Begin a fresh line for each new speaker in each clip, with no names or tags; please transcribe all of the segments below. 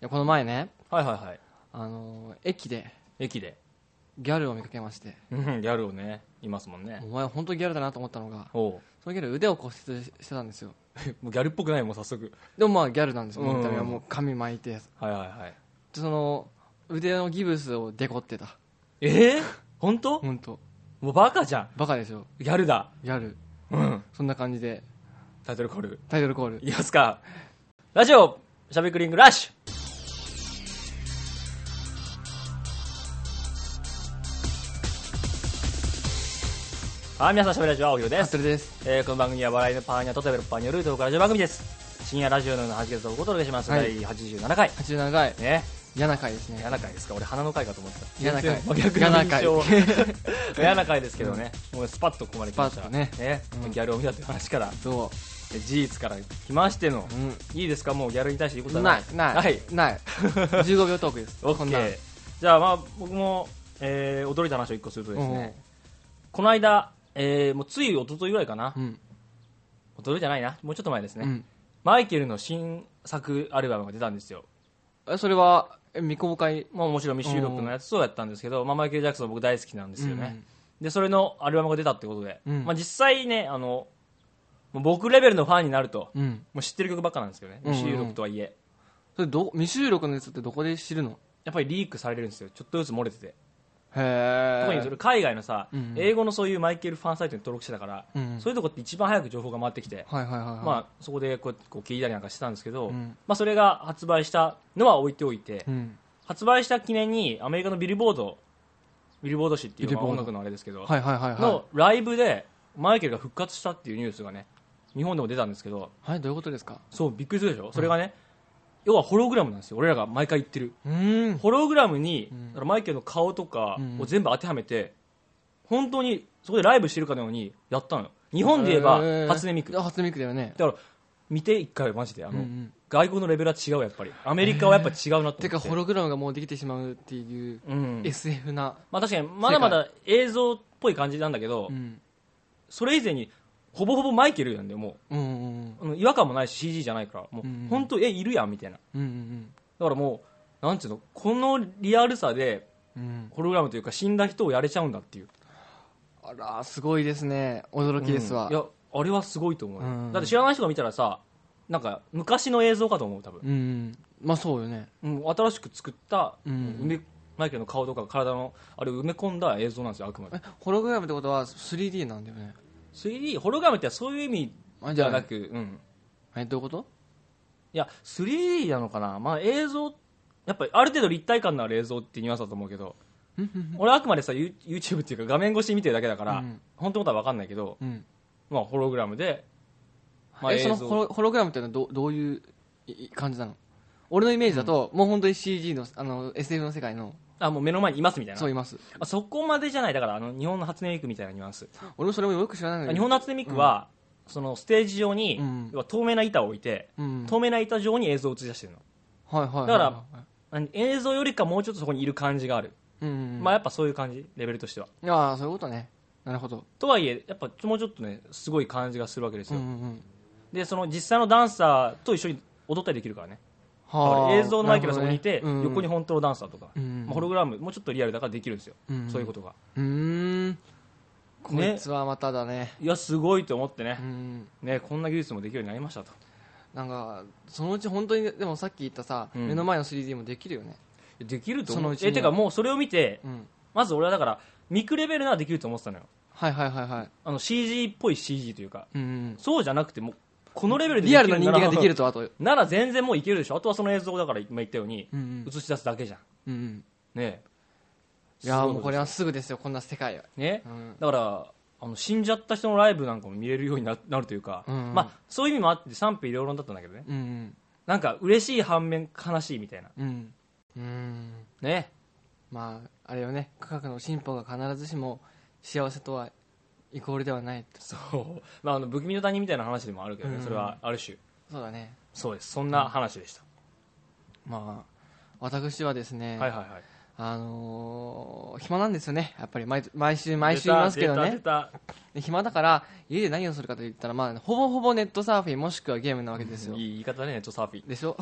やこの前ね
はいはいはい
あのー駅で
駅で
ギャルを見かけまして
うんギャルをねいますもんね
お前本当ギャルだなと思ったのが
おう
そのギャル腕を骨折してたんですよ
もうギャルっぽくないもう早速
でもまあギャルなんですよ
うん
見た目はもう髪巻いて
はいはいはい
でその腕のギブスをデコってた
ええ本当
本当
もうバカじゃん
バカですよ
ギャルだ
ギャル
うん
そんな感じで
タイトルコール
タイトルコール
いきますかラジオしゃべくりングラッシュはい皆さんしゃべりラジオ青ひろです
それです
えーこの番組は笑いのパーニャと食べるパーニャルートラジオ番組です深夜ラジオのような8月をお届けします、
はい
第87回
87回
ね
嫌な回ですね
嫌な回ですか俺花の回かと思ってた
嫌な回
全然
嫌な
真
回
逆の 印象嫌な回ですけどね、もうスパッとここまで来ました
スパッとねうん
ギャルを見たという話から
ど
で事実から来ましての
う、、うん
いいですかもうギャルに対して言うこと
な
はない
い、ない、
はい
ない。15秒トークです。
オ
こ
ッ
ん
ケ
なん
ーじゃあまあ僕も、えー驚いた話を一個するとです
うんうん
ねこの間、えーもうつい一昨日ぐらいかな、
うん。
一昨日じゃないなもうちょっと前ですね、
うん。
マイケルの新作アルバムが出たんですよ、
えそれは、え未公開
まあ、もちろん未収録のやつそうやったんですけど、まあ、マイケル・ジャクソン僕大好きなんで
です
よね、。でそれのアルバムが出たってことで、
うん
まあ、実際ねあのもう僕レベルのファンになると
うんうん。
もう知ってる曲ばっかなんですけどね
うんうん
未収録とはいえ、
それど、未収録のやつってどこで知るの
やっぱりリークされるんですよちょっとずつ漏れてて、
へ
特にそ
え。
れ海外のさ、
うんうん
英語のそういうマイケルファンサイトに登録してたから、
うん
そういうとこって一番早く情報が回ってきて、
はいはいはいはい。
まあ、そこでこうやってこう聞いたりなんかしてたんですけど、
うん
まあ、それが発売したのは置いておいて、
うん。
発売した記念にアメリカのビルボードビルボード誌っていう
ビル
まあ
ボード
音楽のあれですけど、
はいはいはいは
のライブでマイケルが復活したっていうニュースがね日本でも出たんですけど
い。はい、どういうことですか
そうびっくりするでしょ、それがね要はホログラムなんですよ俺らが毎回言ってる
うーん。
ホログラムに、
うん
だからマイケルの顔とか
うん
を全部当てはめて本当にそこでライブしてるかのようにやったのよ日本で言えば
へー
初音ミクだか
初音ミクだよね。
ら見て一回マジであ
うん
の、
うん。
外国のレベルは違うやっぱりアメリカはやっぱ違うなって思って
てか、ホログラムがもうできてしまうっていう、
うん
SF な。
まあ、確かにまだまだ映像っぽい感じなんだけど、
うん。
それ以前にほぼほぼマイケルなんだよも
うんうん
うあの違和感もないし CG じゃないからも
うんうん
う本当、えいるやんみたいな
うん。うん
だからもうなんていうのこのリアルさで
うんうん。
ホログラムというか死んだ人をやれちゃうんだっていう
あら、すごいですね。驚きですわ
うんい。やあれはすごいと思うよ、
うんうん
だって知らない人が見たらさなんか昔の映像かと思う多分、
うん。まあそうよね。
うん、新しく作った、
うん
埋めマイケルの顔とか体のあれを埋め込んだ映像なんですよあくまで
えホログラムってことは 3D なんだよね
3D ホログラムってそういう意味
あ
じ
じゃ
ゃ
あ
なく、うん、
えどういうこと
いや 3D なのかな、まあ、映像やっぱりある程度立体感のある映像ってニュアンスだと思うけど俺あくまでさ You- YouTube っていうか画面越しに見てるだけだから、
うん
本当のことは分かんないけど、
うん、
まあ、ホログラムで、まあ、
え
映
そ
像
のホロホログラムっていうのはどどういういい感じなの俺のイメージだと、もう本当に CG のあの SF の世界の
あもう目の前にいますみたいな
そういます
あそこまでじゃないだからあの日本の初音ミクみたいなニュアンス
俺もそれもよく知らないんだけ
日
ど
本の初音ミクは、そのステージ上に、
うん
要は透明な板を置いて、
うん、
透明な板上に映像を映し出してるの
はいはいはいはい
だからあの映像よりかもうちょっとそこにいる感じがある、
うんうん、
まあ
あ
やっぱそういう感じレベルとしては
あそういうことねなるほど、
とはいえやっぱもうちょっとねすごい感じがするわけです
うん
よ、
うんうん、
でその実際のダンサーと一緒に踊ったりできるからねだ
は
か
あ
ら映像のマイケルがそこにい
なる
て、
ほどね
横に本当のダンサーとか、
うんうん
まあホログラムもうちょっとリアルだからできるんですよ、
うんうん
そういうことが
うんうんうーん
ね
こいつはまただね
いやすごいと思って
う
ね,、
ん
ねこんな技術もできるようになりましたと
なんかそのうち本当にでもさっき言ったさ、
うん
目の前の 3D もできるよね
できると思
その
う
うちに
えてかもうそれを見て
うん
まず俺はだからミクレベルならできると思ってたのよ
はいはいはいはい
あの CG っぽい CG というか
うんうん
そうじゃなくてもうこのレベルで
リアルな人間ができる
と
とあと
なら全然もういけるでしょあとはその映像だから今言ったように
うん
映し出すだけじゃん
うんうん
ねえ
いや
す
ー
ご
もうこれ
と
はすぐですよこんな世界は
ですね
うん
だからあの死んじゃった人のライブなんかも見れるようにななるというか、
うん
まあ、そういう意味もあって賛否両論だったんだけどね
うん
なんか嬉しい反面悲しいみたいな
うんうんうん
ね
まああれよね科学の進歩が必ずしも幸せとはイコールではないと
そう、まあ、あの不気味の谷みたいな話でもあるけどね、
うん
それはある種
そうだね
そうですそんな話でした、
まあ私はですね、
はいはいはい
あのー暇なんですよね、やっぱり毎毎週毎週言いますけど
出
ね、
た
で暇だから家で何をするかといったら、まあ、ほぼほぼネットサーフィンもしくはゲームなわけです
出
よ。
たいい言い方だね、ネットサーフィン。
でしょ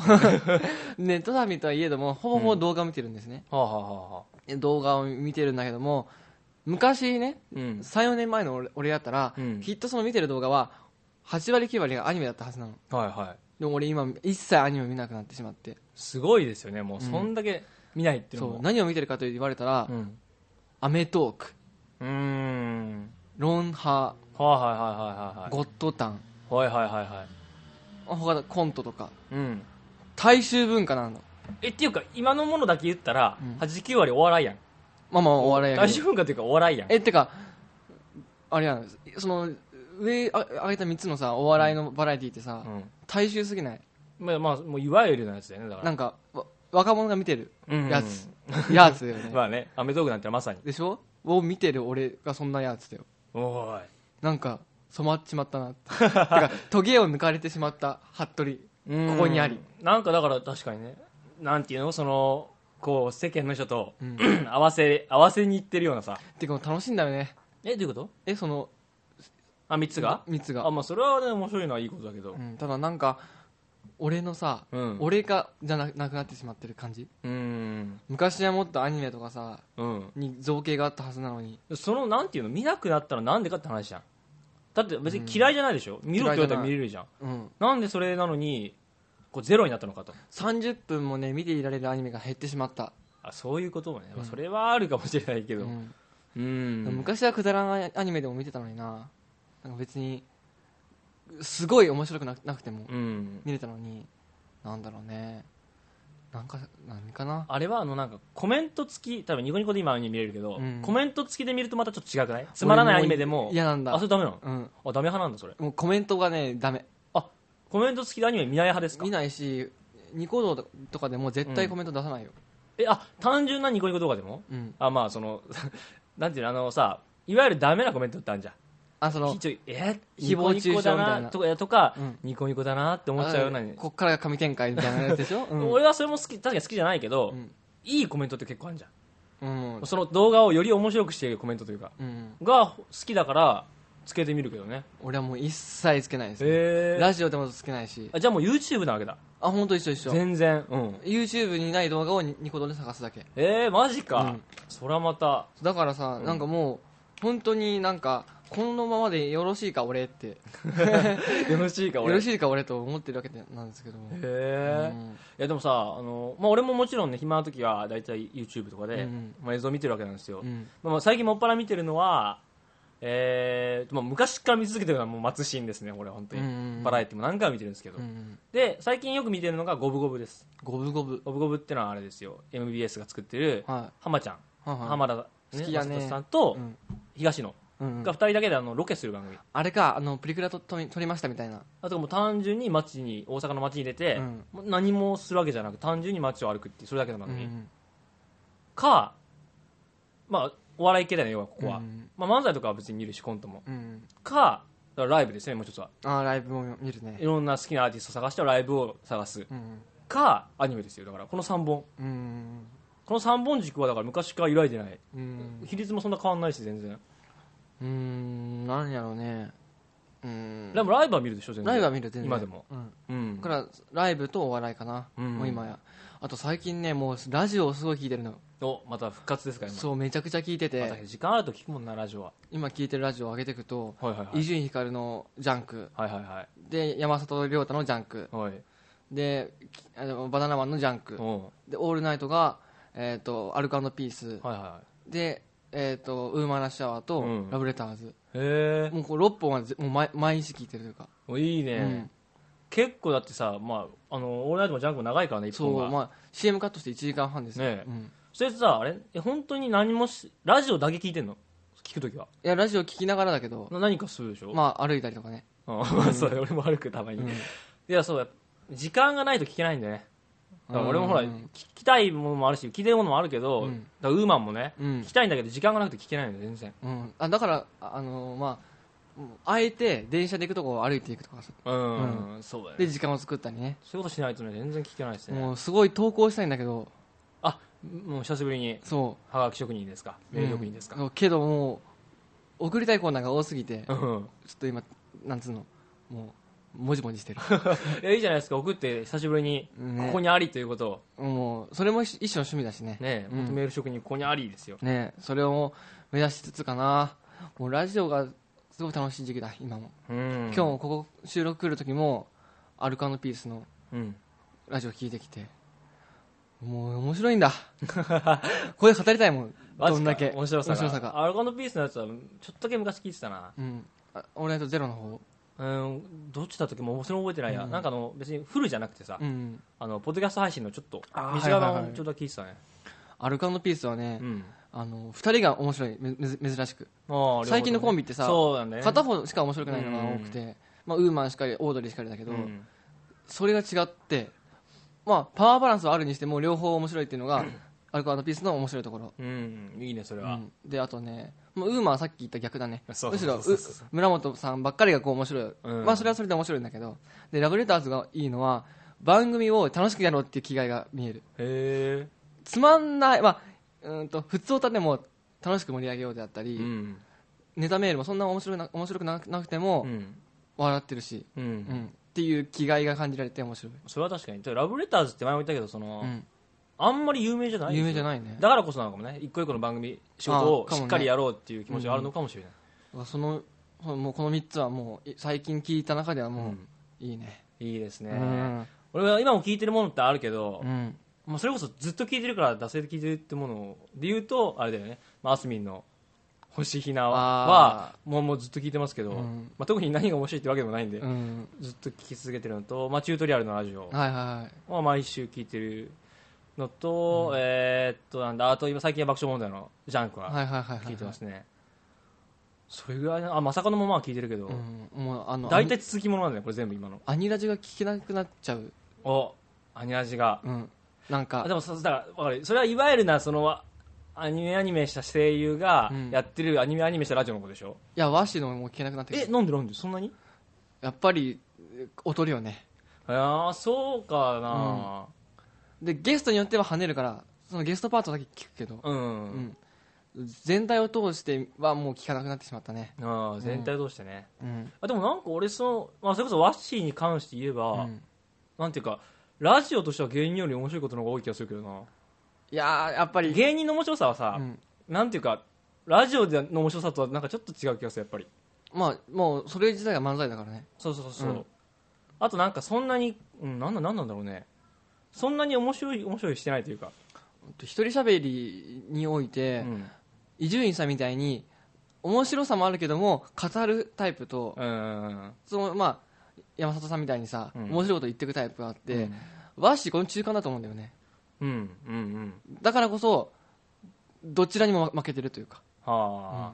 ネットサーフィンとはいえども、ほぼほぼ動画を見てるんですね。
はあ、はあはあはあ、
で動画を見てるんだけども、昔ね、
うん。
3、4年前の俺俺やったら、
うん
きっとその見てる動画は、8割9割がアニメだったはずなの。
はいはい。
でも俺今、一切アニメ見なくなってしまって。
すごいですよね、もうそんだけ見ないっていうの
そう
も。
何を見てるかと言われたら、
うん。
アメトーク、
うーん。
ロンハ
はいはいはいはいは
ー、
い。
ゴッドタン、
はいはいはいはい。
他のコントとか、
うん。
大衆文化なの。
え、っていうか、今のものだけ言ったら、
うん
89割お笑いやん。
まあまあお笑いや
大
け
衆
ど。
文化っていうかお笑いやん。
え、ってか、あれやん、その、上あ上げた3つのさ、お笑いのバラエティってさ、
うん。
大衆すぎない
まあ、まあ、もういわゆるのやつだよね、だから。
なんか、わ若者が見てる
うん
やつ。やつだよね。
まあね、アメトークなんてまさに。
でしょを見てる俺がそんなやつだよ。
おーい。
なんか、染まっちまったな って。てか、トゲを抜かれてしまった、服部。
こ
ここにあり
なんかだから確かにねなんていうのそのこう世間の人と、
うん
合わせ合わせに行ってるようなさ
てか、楽しいんだよね。
えどういうこと
え、その、
あ三つが
蜜が
あ。まあそれはね面白いのはいいことだけど
うんただなんか、俺のさ、
うん
俺が、じゃななくなってしまってる感じ。
うん
昔はもっとアニメとかさ、
うん
に造形があったはずなのに。
そのなんていうの見なくなったらなんでかって話じゃんだって別に嫌いじゃないでしょ、見ろって言われたら見れるじゃん
うん。
なんでそれなのにこうゼロになったのかと
30分もね、見ていられるアニメが減ってしまった。
あそういうこともね、まあ、それはあるかもしれないけど
うん
うん
昔はくだらないアニメでも見てたのにな。なんか別に、すごい面白くなくなくても、
うん
見れたのに、なんだろうね。なんか、何かな。
あれはあのなんかコメント付き多分ニコニコで今見れるけど、
うん
コメント付きで見るとまたちょっと違くないつまらないアニメで
俺
も
う嫌なんだ
あそ。れダメなの
うん。
あダメ派なんだそれ
もうコメントがね、ダメ。
コメント付きでアニメ見ない派ですか
見ないし、ニコ動とかでも絶対コメント出さないよ。
えあ単純なニコニコ動画でも
うん。
あまあその なんていうのあのさいわゆるダメなコメントってあるじゃん
あ、その
ひ、ちょいえ
誹謗中傷
ニコニコだ
みたいな
とかとか、
うん
ニコニコだなって思っちゃうような、
あこっからが神展開みたいなやつでしょうん
俺はそれも好き確かに好きじゃないけど、
うん
いいコメントって結構あるじゃん
うん。
その動画をより面白くしているコメントというか
うん。
が好きだからつけてみるけどね
俺はもう一切つけないですね。
へ
ラジオでもつけないし。
あじゃあもう YouTube なわけだ
あ、ほんと一緒一緒。
全然うん
YouTube にない動画をニニコ動で探すだけ。
えー、マジか、
うん
そらまた
だからさ、なんかもう、本当になんか、このままでよろしいか俺って、
よろしいか
よ
俺
ろしいか俺と思ってるわけでなんですけども。う
へえ、い
ん
やでもさあの、まあ、俺ももちろんね暇な時は大体 YouTube とかで、
うん
まあ、映像見てるわけなんですよ、
うん。
まあ、最近もっぱら見てるのはえーまあ、昔から見続けてるのはもう松シーンですね俺は本当に、
うんうんうん
バラエティも何回も見てるんですけど、
うん。
で最近よく見てるのが五分五分です
五分五分。
五分五分ってのはあれですよ MBS が作ってる
は
浜ちゃん、
い。はいはい
浜田、ね、
好きやね
雅俊さんと
うん
東野
うんうん
が2人だけであのロケする番組
あれか、あの、プリクラと撮り撮りましたみたいな。
あともう単純に街に大阪の街に出て、
うん
もう何もするわけじゃなく単純に街を歩くっていうそれだけの番
うんう
組、
ん
かまあお笑い系だよね要はここは、
うん
まあ、漫才とかは別に見るしコントも
うん。
かだからライブですねもう一つは
あーライブも見るね
い。ろんな好きなアーティストを探してライブを探す
うん。
かアニメですよだからこの3本
うん。
この3本軸はだから昔から揺らいでない
うん。
比率もそんな変わんないし全然
うん。なんやろうね。うん。
でもライブは見るでしょ全然
ライブは見る、全然。
今でも
うん。
うん
だから、ライブとお笑いかな。
うん
もう今や。あと最近ね、もうラジオをすごい聞いてるの。
おまた復活ですか今
そう、めちゃくちゃ聞いて
また
て、
時間あると聞くもんなラジオは
今聞いてるラジオを上げていくと、
はいはいはい
伊集院光のジャンク。
はいはいはい
で、山里亮太のジャンク。
はい
で、きあのバナナマンのジャンク。
おう
で、オールナイトが、えっと、アルカンドピース。
はいは
で、えっと、ウーマンラッシュアワーと
うん
ラブレターズ。
いへ
もうこう6本はぜもう毎毎日聞いてるというか。
えいいね、
うん
結構だってさ、まあ、あのオールナイトもジャンクも長いからね一本
そ
が
う、まあ、CM カットして1時間半ですよ
ねえ
うん
それでさあれえ本当に何もしラジオだけ聞いてんの聞くときはい
や、ラジオ聞きながらだけど、
な何かするでしょ、
まあ、歩いたりとかね。
あ それ俺も歩くたまに、
うん
いやそうやっぱ時間がないと聞けないんだよねだから俺もほら、
うん
聞きたいものもあるし聞きたいものもあるけど、
うん
だからウーマンもね、
うん
聞きたいんだけど時間がなくて聞けないんだよ全然
うん、あだから、ああのーまあ、うんあえて電車で行くとこを歩いていくとかさ
うん、そうだよね
で時間を作ったりね
そういうことしないとね全然聞けないですね
もうすごい投稿したいんだけど
あもう久しぶりに
そ
はがき職人ですか
う
名職人です
うん
か、
そうけどもう送りたいコーナーが多すぎてち
う
ょっ
ん、
と今なんつうのもうもじもじしてる
いやいいじゃないですか送って久しぶりに
ね
ここにありということを
もうそれも一種の趣味だしね
ね、
うん
メール職人ここにありですよ
ねそれをもう目指しつつかなもうラジオがすごく楽しい時期だ今も、
うん
今日もここ収録来る時もアルカノピースの
うん
ラジオ聞いてきてもう面白いん だこれ語りたいもん
マジか
どんだけ
面白さが
面白さが
アルコピースのやつはちょっとだけ昔聞いてたな
うんあオールナイトゼロの方
うんどっちだったっけもうそれも覚えてないや、
うん
なんかあの別にフルじゃなくてさ、
うん
あのポッドキャスト配信のちょっと
あー
短
はい
版
はい
を
はい
ちょっと聞いてたね、
アルカノピースはね、
うん
あの二人が面白いめめ珍しく、最近のコン
ビ
ビってさ、
そうだね
片方しか面白くないのが
うん
多くて、まあ、ウーマンしかりオードリーしかりだけど、
うん
それが違って、まあ、パワーバランスはあるにしても両方面白いっていうのがアルカノピースの面白いところ、
うんいいねそれ
う
は、
んであとねもうウーマンはさっき言った逆だね
そう
むしろ
そうそうそう
う村本さんばっかりがこう面白い、
うん
まあ、それはそれで面白いんだけどでラブレターズがいいのは番組を楽しくやろうっていう気概が見える
へ
つまんない、まあ、うーんと普通歌でも楽しく盛り上げようであった
え
り、
うん
ネタメールもそんな面白いな面白くななくても
うん
笑ってるし、
うん
うんっていう気概が感じられて面白い、
それは確かにラブレターズって前も言ったけどその、
うん
あんまり有名じゃない
有名じゃ
ない
ないね
だからこそなのかもね一個一個の番組仕事をしっかりやろうっていう気持ちがあるのかもしれない、
そのそのもうこの3つはもうい最近聞いた中ではもう、
うん
いいね
いいですね、
うん
俺は今も聞いてるものってあるけど、
うん
まあ、それこそずっと聞いてるから惰性で聞いてるってもので言うとあれだよね、まあ、アスミンの「星ひなは」
あ
もうもうずっと聞いてますけど、
うん
まあ、特に何が面白いってわけでもないんで、
うん
ずっと聞き続けてるのと、まあ、チュートリアルのラジ
は
オ
いはいはい
は毎週聞いてるのと、えーっとなんだあと今最近は爆笑問題の「ジャンク」は
はいはいはいはい
聞いてますね、それぐらいなあまさかのもまあ聞いてるけど、
うん、もうあの
大体続きものなんだよこれ全部今の
アニアニラジが聞けなくなっちゃう、
おアニ味が
うん、なん
あ
か
でもそうだからわかるそれはいわゆるなそのあアニメアニメした声優が
うん
やってるアニメアニメしたラジオの子でしょ、
いや和紙のももう聞けなくなってき
え
て
なんでなんでそんなに
やっぱりえ劣るよね
ああそうか
でゲストによっては跳ねるからそのゲストパートだけ聞くけど
なうん、
うん、全体を通してはもう聞かなくなってしまったね、
あー全体通してね、
うん
あでもなんか俺その、まあ、それこそワッシーに関して言えば、なんていうかラジオとしては芸人より面白いことの方が多い気がするけどない
やーやっぱり、
芸人の面白さはさ、
うん
なんていうかラジオでの面白さとはなんかちょっと違う気がするやっぱり
まあ、もうそれ自体が漫才だからね
そうそうそう、う
うん
あとなんかそんなに、うん、なんななんなんだろうねそんなに面白い面白いしてないというか、
一人喋りにおいうて
ん
伊集院さんみたいに面白さもあるけども語るタイプと
うん
その、まあ、山里さんみたいにさ、
うん
面白いこと言ってくタイプがあって、
うん
わっしこの中間だと思うんだよね
うんうん
だからこそどちらにも負けてるというか、
はあ、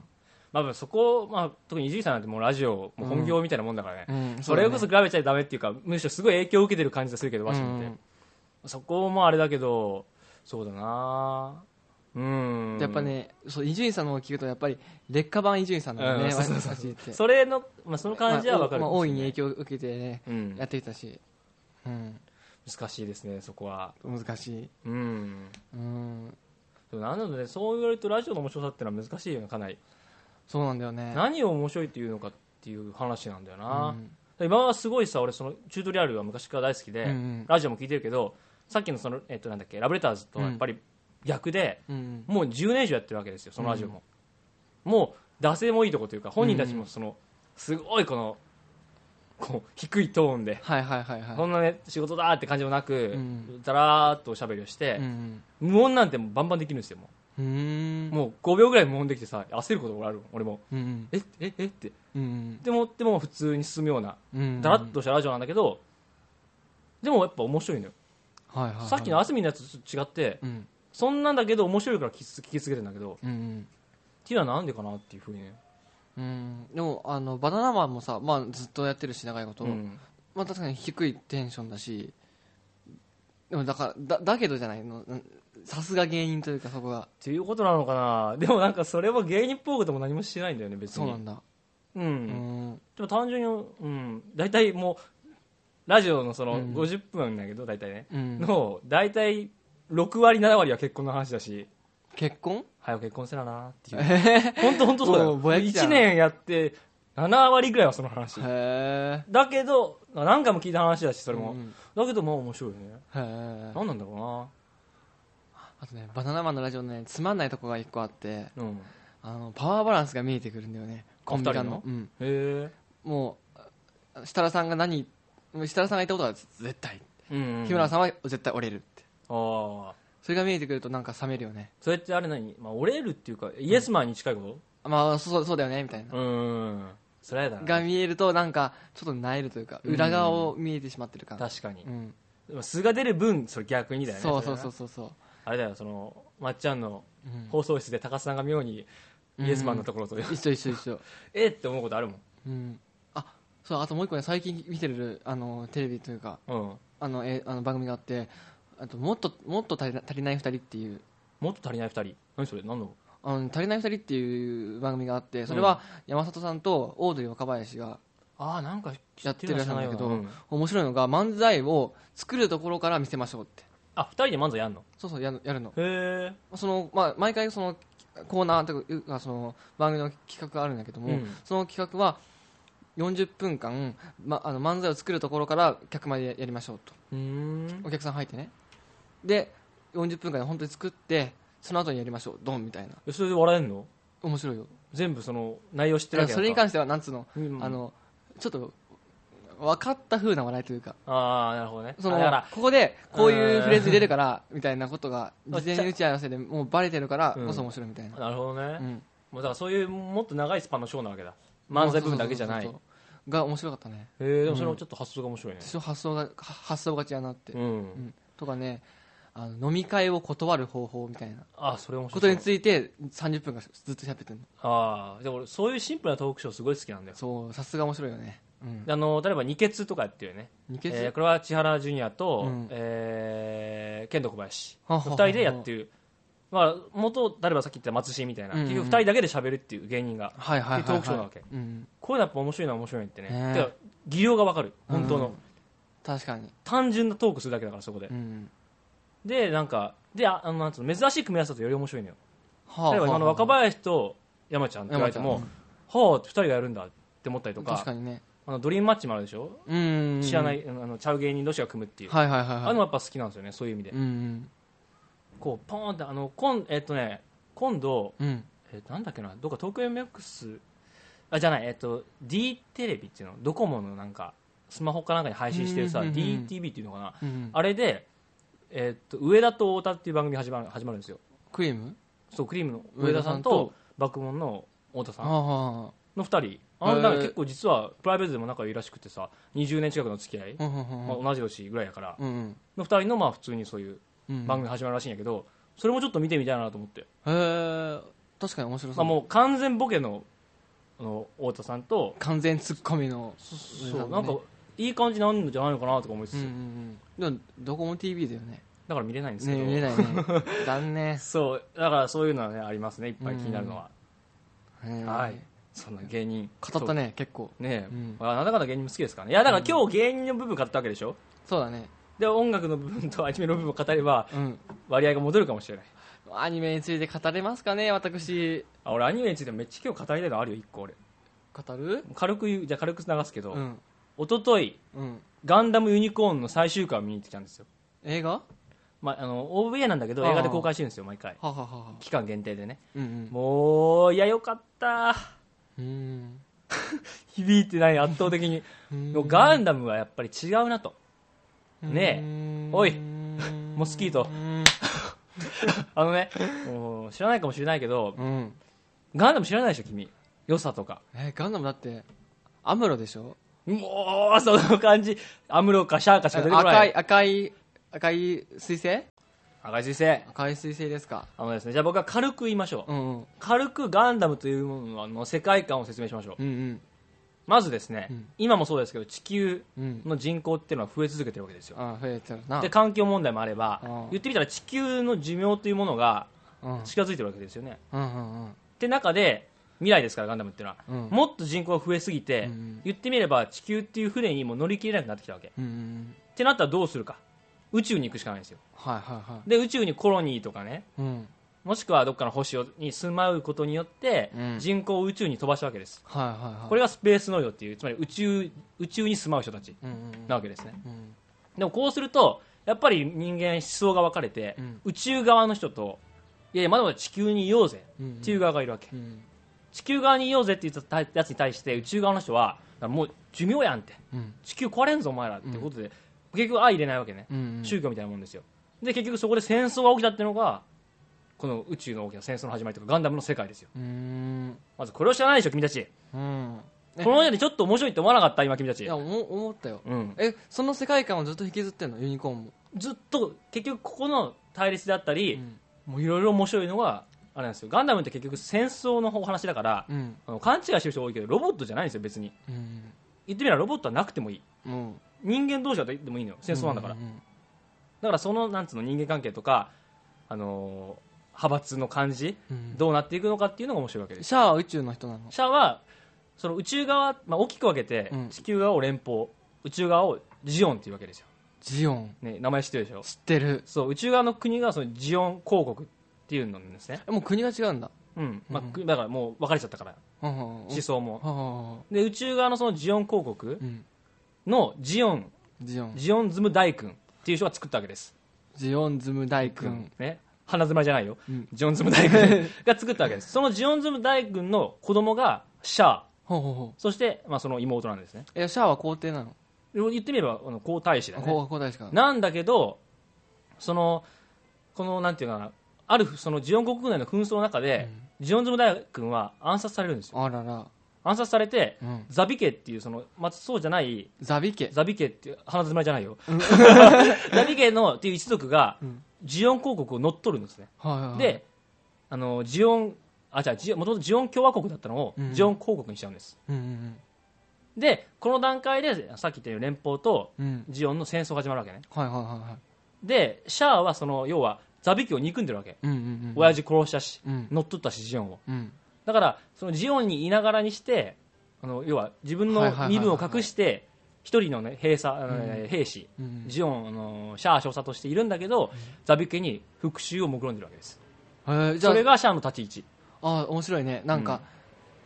まあそこ、まあ、特に伊集院さんなんてもうラジオもう本業みたいなもんだからね、それこそ比べちゃダメっていうかむしろすごい影響を受けてる感じがするけど
わ
ワ
し
シンって、そこもあれだけどそうだなうん
やっぱねそう伊集院さんの方を聞くとやっぱり劣化版伊集院さんだよね、
うん
わし
そう
わしって
それの、まあ、その感じは分かる
まあまあ
かも
大
し
い
れ
に
ない
影響を受けてね
うん
やってきたし、うん、
難しいですねそこは
難しい、
うん
うん、
でもなんだろうねそう言われるとラジオの面白さってのは難しいよねかなり、
そうなんだよね
何を面白いっていうのかっていう話なんだよな
う、ん
今はすごいさ俺そのチュートリアルは昔から大好きで、
うんうん
ラジオも聞いてるけどさっきのその、えっと、なんだっけラブレターズとはやっぱり逆で、
うん
もう10年以上やってるわけですよそのラジオも、もう惰性もいいとこというか本人たちもその、すごいこのこう低いトーンで、
はいはいはいはい
こんなね仕事だって感じもなく、
うん
だらーっとおしゃべりをして、
うん
無音なんてもうバンバンできるんですよもう
うんうん
もう5秒ぐらい無音できてさ焦ることがある俺も
うんうん
えええって
うん
でもでも普通に進むような
うん
だらっとしたラジオなんだけどでもやっぱ面白いのよ
はいはいはい
さっきのあすみのやつと違って
うん
そんなんだけど面白いから聞きつ聞き続けてんだけどっ
うん
ていうのはなんでかなっていうふうにね
うんうんでもあのバナナマンもさ、まあ、ずっとやってるし長いこと、
うん
まあ、確かに低いテンションだしでもだからだだけどじゃないのうんさすが芸人というかそこが
っていうことなのかなでもなんかそれは芸人っぽいことも何もしてないんだよね別に
そうなんだ
うん
うん
でも単純に、うん、大体もうラジオのその
うん
50分だけど大体ね、
うん
の大体6割7割は結婚の話だし
結婚
早く結婚せななっていう 本当本当そうだ
も
よ
うぼやきじゃん
1年やって7割ぐらいはその話
へえ
だけど何回も聞いた話だしそれも、
うん
だけどまあ面白いよね
へえ
何なんだろ
あとねバナナマンのラジオのねつまんないとこが一個あって
うなうんへ
あのパワーバランスが見えてくるんだよねコンビ間の
お二人
うん
え
もう設楽さんが何設楽さんが言ったことは絶対
うんうん、
日村
さん
さんは絶対折れるって
ああ
それが見えてくるとなんか冷めるよね
それってあれ何、まあ、折れるっていうかイエスマンに近いこ
まあそうそうだよねみたい
と
な
うんそれはやだな
が見えるとなんかちょっと萎えるというか
うん
裏側を見えてしまってる感
確かに
う、ん
でも素が出る分それ逆にだよね
そうそうそううそうそう
あれだよそのまっちゃんの
うん
放送室で高須さんが妙にイエスマンのところと、
一緒一緒一緒
えって思うことあるもん
うんあそうあともう一個ね最近見てるあのテレビというか
うん
あのえあの番組があってあともっともっと足りな足りない二人っていう
もっと足りない2人何それ何の
あの足りない二人っていう番組があってそれは山里さんとオードリー若林が
ああなんか
やってるらしいんだけど、
うん
面白いのが漫才を作るところから見せましょうって
あ二2人で漫才やんの
そうそうやるやるの
へ
その、まあ、毎回そのコーナーというかその番組の企画があるんだけども、
うん
その企画は40分間、ま、あの漫才を作るところから客前でやりましょうと
えうん
お客さん入ってねで40分間で本当に作ってその後にやりましょうドンみたいな
それで笑えんの
面白いよ
全部その内容知って
だ
るわ
か
け
ら
や
それに関してはなんつうの,、
うん
あのちょっと分かった風な笑いというか
ああなるほどね
そ
あ
の
だから
ここでこういうフレーズ入れるからみたいなことが事前に打ち合わせでもうバレてるから
うん
こそ面白いみたいな、
なるほどね、
う
も
ん
うだからそういうもっと長いスパンのショーなわけだ漫才部分だけじゃない
そうそうそうそうが面白かったね
へえでもそれもちょっと発想が面白いね
私の発想がは発想がちやなって、
う
うんんとかねあの飲み会を断る方法みたいな
あそれ面白
こと
いそう
について30分間ずっと喋ってるの
ああでも俺そういうシンプルなトークショーすごい好きなんだよ
そうさすが面白いよね、うん、
あの例えば「二欠」とかっていうね
二欠
えーこれは千原ジュニアと、
うん
えー、剣道小林
ははは
二人でやってる、まあ、元誰ばさっき言った松重みたいな、
うんうん
結局二人だけで喋るっていう芸人が
はいはいはい、はい、
トークショーなわけ
うん、
こういうのやっぱ面白いのは面白いってね
ねえ
てか技量がわかる本当の、
うん確かに、
単純なトークするだけだからそこで、
うん
でなんかでああのなんつうの珍しい組み合わせだとより面白いのよ
はあ
例え
は
ば
あ
今の若林と山ちゃんって言われても、はあって二人がやるんだって思ったりとか
確かにね
あのドリームマッチもあるでしょ、
うん
知らないあのちゃう芸人同士が組むっていう、
はいはいはい
あ
はい
のやっぱ好きなんですよねそういう意味で、
うん
こうポーンってあのこんえっとね今度
うんうん
えなんだっけなどっか東京 MX あじゃないえっと D テレビっていうのドコモのなんかスマホかなんかに配信してるさ
うんうんうんうん
DTV っていうのかな
うん
あれでえっと上田と太田っていう番組始まる始まるんですよ
クリーム
そうクリームの上
上
田
田
さ
さ
ん
ん
と
と
爆問の太田さ
は
ん
あはあ
の2人あの
へー
なんか結構実はプライベートでも仲いいらしくてさ20年近くの付き合い、
うんうんうん
まあ、同じ年ぐらいやから
うん
の2人のまあ普通にそういう
うん
番組始まるらしいんやけど、それもちょっと見てみたいなと思って、
へえ確かに面白そ
まあ、
う
もう完全ボケのあの太田さんと
完全ツッコミの
そう
上田さんね
なんかいい感じになるんじゃないのかなとか思いつつ、
うんうんうんでもドコモ TV だよね
だから見れないんですけ
ね
ど、
見れない ね残念
そうだからそういうのはねありますねいっぱい気になるのは、
うん
はいそんな芸人
語ったね結構
ねえ、
うん
あなんだかんだ芸人も好きですからねいやだから今日芸人の部分語ったわけでしょ
そうだね
で音楽の部分とアニ メの部分を語れば
うん
割合が戻るかもしれない
アニメについて語れますかね私
あ俺アニメについてめっちゃ今日語りたいのあるよ1個俺
語る
軽く言うじゃあ軽く流すけど、
うん
一昨日
うん
ガンダムユニコーンの最終回を見に行ってきたんですよ、
映画は
まあ、あの OVA なんだけど映画で公開してるんですよ毎回
あはあはあはあ
期間限定でね
うん
もういやよかった
うんうん
響いてない圧倒的に
うん
もうガンダムはやっぱり違うなとねえおい モスキート
うん
あのねもう知らないかもしれないけど
うん
ガンダム知らないでしょ君良さとか
えガンダムだってアムロでしょ
もうその感じアムロかシャーかしか出てこない
赤い赤い赤い彗星
赤い先生
赤い彗星ですか
あのですねじゃあ僕は軽く言いましょう、
うんうん
軽くガンダムというものの世界観を説明しましょう、
うん
まずですね、
うん
今もそうですけど地球
うんうん
の人口っていうのは増え続けてるわけですよ、
あ増えてるな
で環境問題もあれば、
うん
言ってみたら地球の寿命というものが
うんうん
近づいてるわけですよね
うんうん
って中で未来ですからガンダムっていうのは、
うん
もっと人口が増えすぎて、
うん
言ってみれば地球っていう船にもう乗り切れなくなってきたわけっ
うん
てなったらどうするか宇宙に行くしかないんですよ
はいはいは
で宇宙にコロニーとかね
いうん
もしくはどっかの星をに住まうことによって
うん
人口を宇宙に飛ばしたわけです、
はいはいはい
これがスペースノイドっていうつまり宇宙宇宙に住まう人たち
うんうん
なわけですね
うん
でもこうするとやっぱり人間思想が分かれて、
うん
宇宙側の人といやいやまだまだ地球にいようぜ
うんうん
っていう側がいるわけ、
うん
地球側にいようぜって言ったやつに対して宇宙側の人はもう寿命やんって
うん
地球壊れんぞお前らってことで、結局相入れないわけね、
うん
宗教みたいなもんですよで結局そこで戦争が起きたっていうのがこの宇宙の大きな戦争の始まりとかガンダムの世界ですよ
うん
まずこれを知らないでしょ君たち
うんえ
この世でちょっと面白いって思わなかった今君た
い
ち
やおも思ったよ
うん、
えその世界観をずっと引きずってんのユニコーンも
ずっと結局ここの対立だったり、
うん
もういろいろ面白いのがあれなんですよガンダムって結局戦争のお話だから、
うん
あの勘違いしてる人多いけどロボットじゃないんですよ別に
うん
言ってみればロボットはなくてもいい
もう
人間同士はでもいいのよ戦争なんだから、
ううん
だからそのなんつうの人間関係とか、あのー派閥の感じ、
うん
どうなっていくのかっていうのが面白いわけです
シャアは宇宙の人なの
シャアはその宇宙側、まあ、大きく分けて
うん
地球側を連邦宇宙側をジオンっていうわけですよ、
ジオン
ね、名前知ってるでしょ
知ってる
そう宇宙側の国がそのジオン公国っていうのなんですね、
えもう国が違うんだ
うんまあ
うん
くだからもう分かれちゃったから
うんうんうん
思想も、
はあは
で宇宙側のそのジオン公国
あうん
のジオン
ジオン
ジオンズム大君っていう人が作ったわけです、
ジオンズム大君
ね、花妻じゃないよ、
うん
ジオンズム大君 が作ったわけですそのジオンズム大君の子供がシャア
ほうほうほう
そして、まあ、その妹なんですね
えシャアは皇帝なの
言ってみればあの皇太子だね
皇皇帝しか
なんだけどそのこのなんていうかなあるそのジオン国内の紛争の中で、ジオンズム大君は暗殺されるんですよ
あらら
暗殺されて
うん
ザビ家っていうその、まあ、そうじゃない
ザビ家
ザビ家って花妻じゃないよ ザビ家のっていう一族が
うん
ジオン公国を乗っ取るんですね
はいはいはい
であのジオンあじゃあもともとジオン共和国だったのを
うん
ジオン公国にしちゃうんです、
うんうん
でこの段階でさっき言ったように連邦と
うんうん
ジオンの戦争が始まるわけね
はいはいはいはい
でシャアはその要はザビ家を憎んでるわけ、
うんうんうん
親父殺したし
うん
乗っ取ったしジオンを
うん
だからそのジオンにいながらにしてあの要は自
はい
分の
はいはいはい
身分を隠して一人の、ね、兵さあの
うん
兵士、
うん
ジオンあのシャア少佐としているんだけど、ザビ家に復讐を目論んでるわけです
へーじゃ
そ
あ
れがシャアの立ち位置
あー面白いねなん
うん
か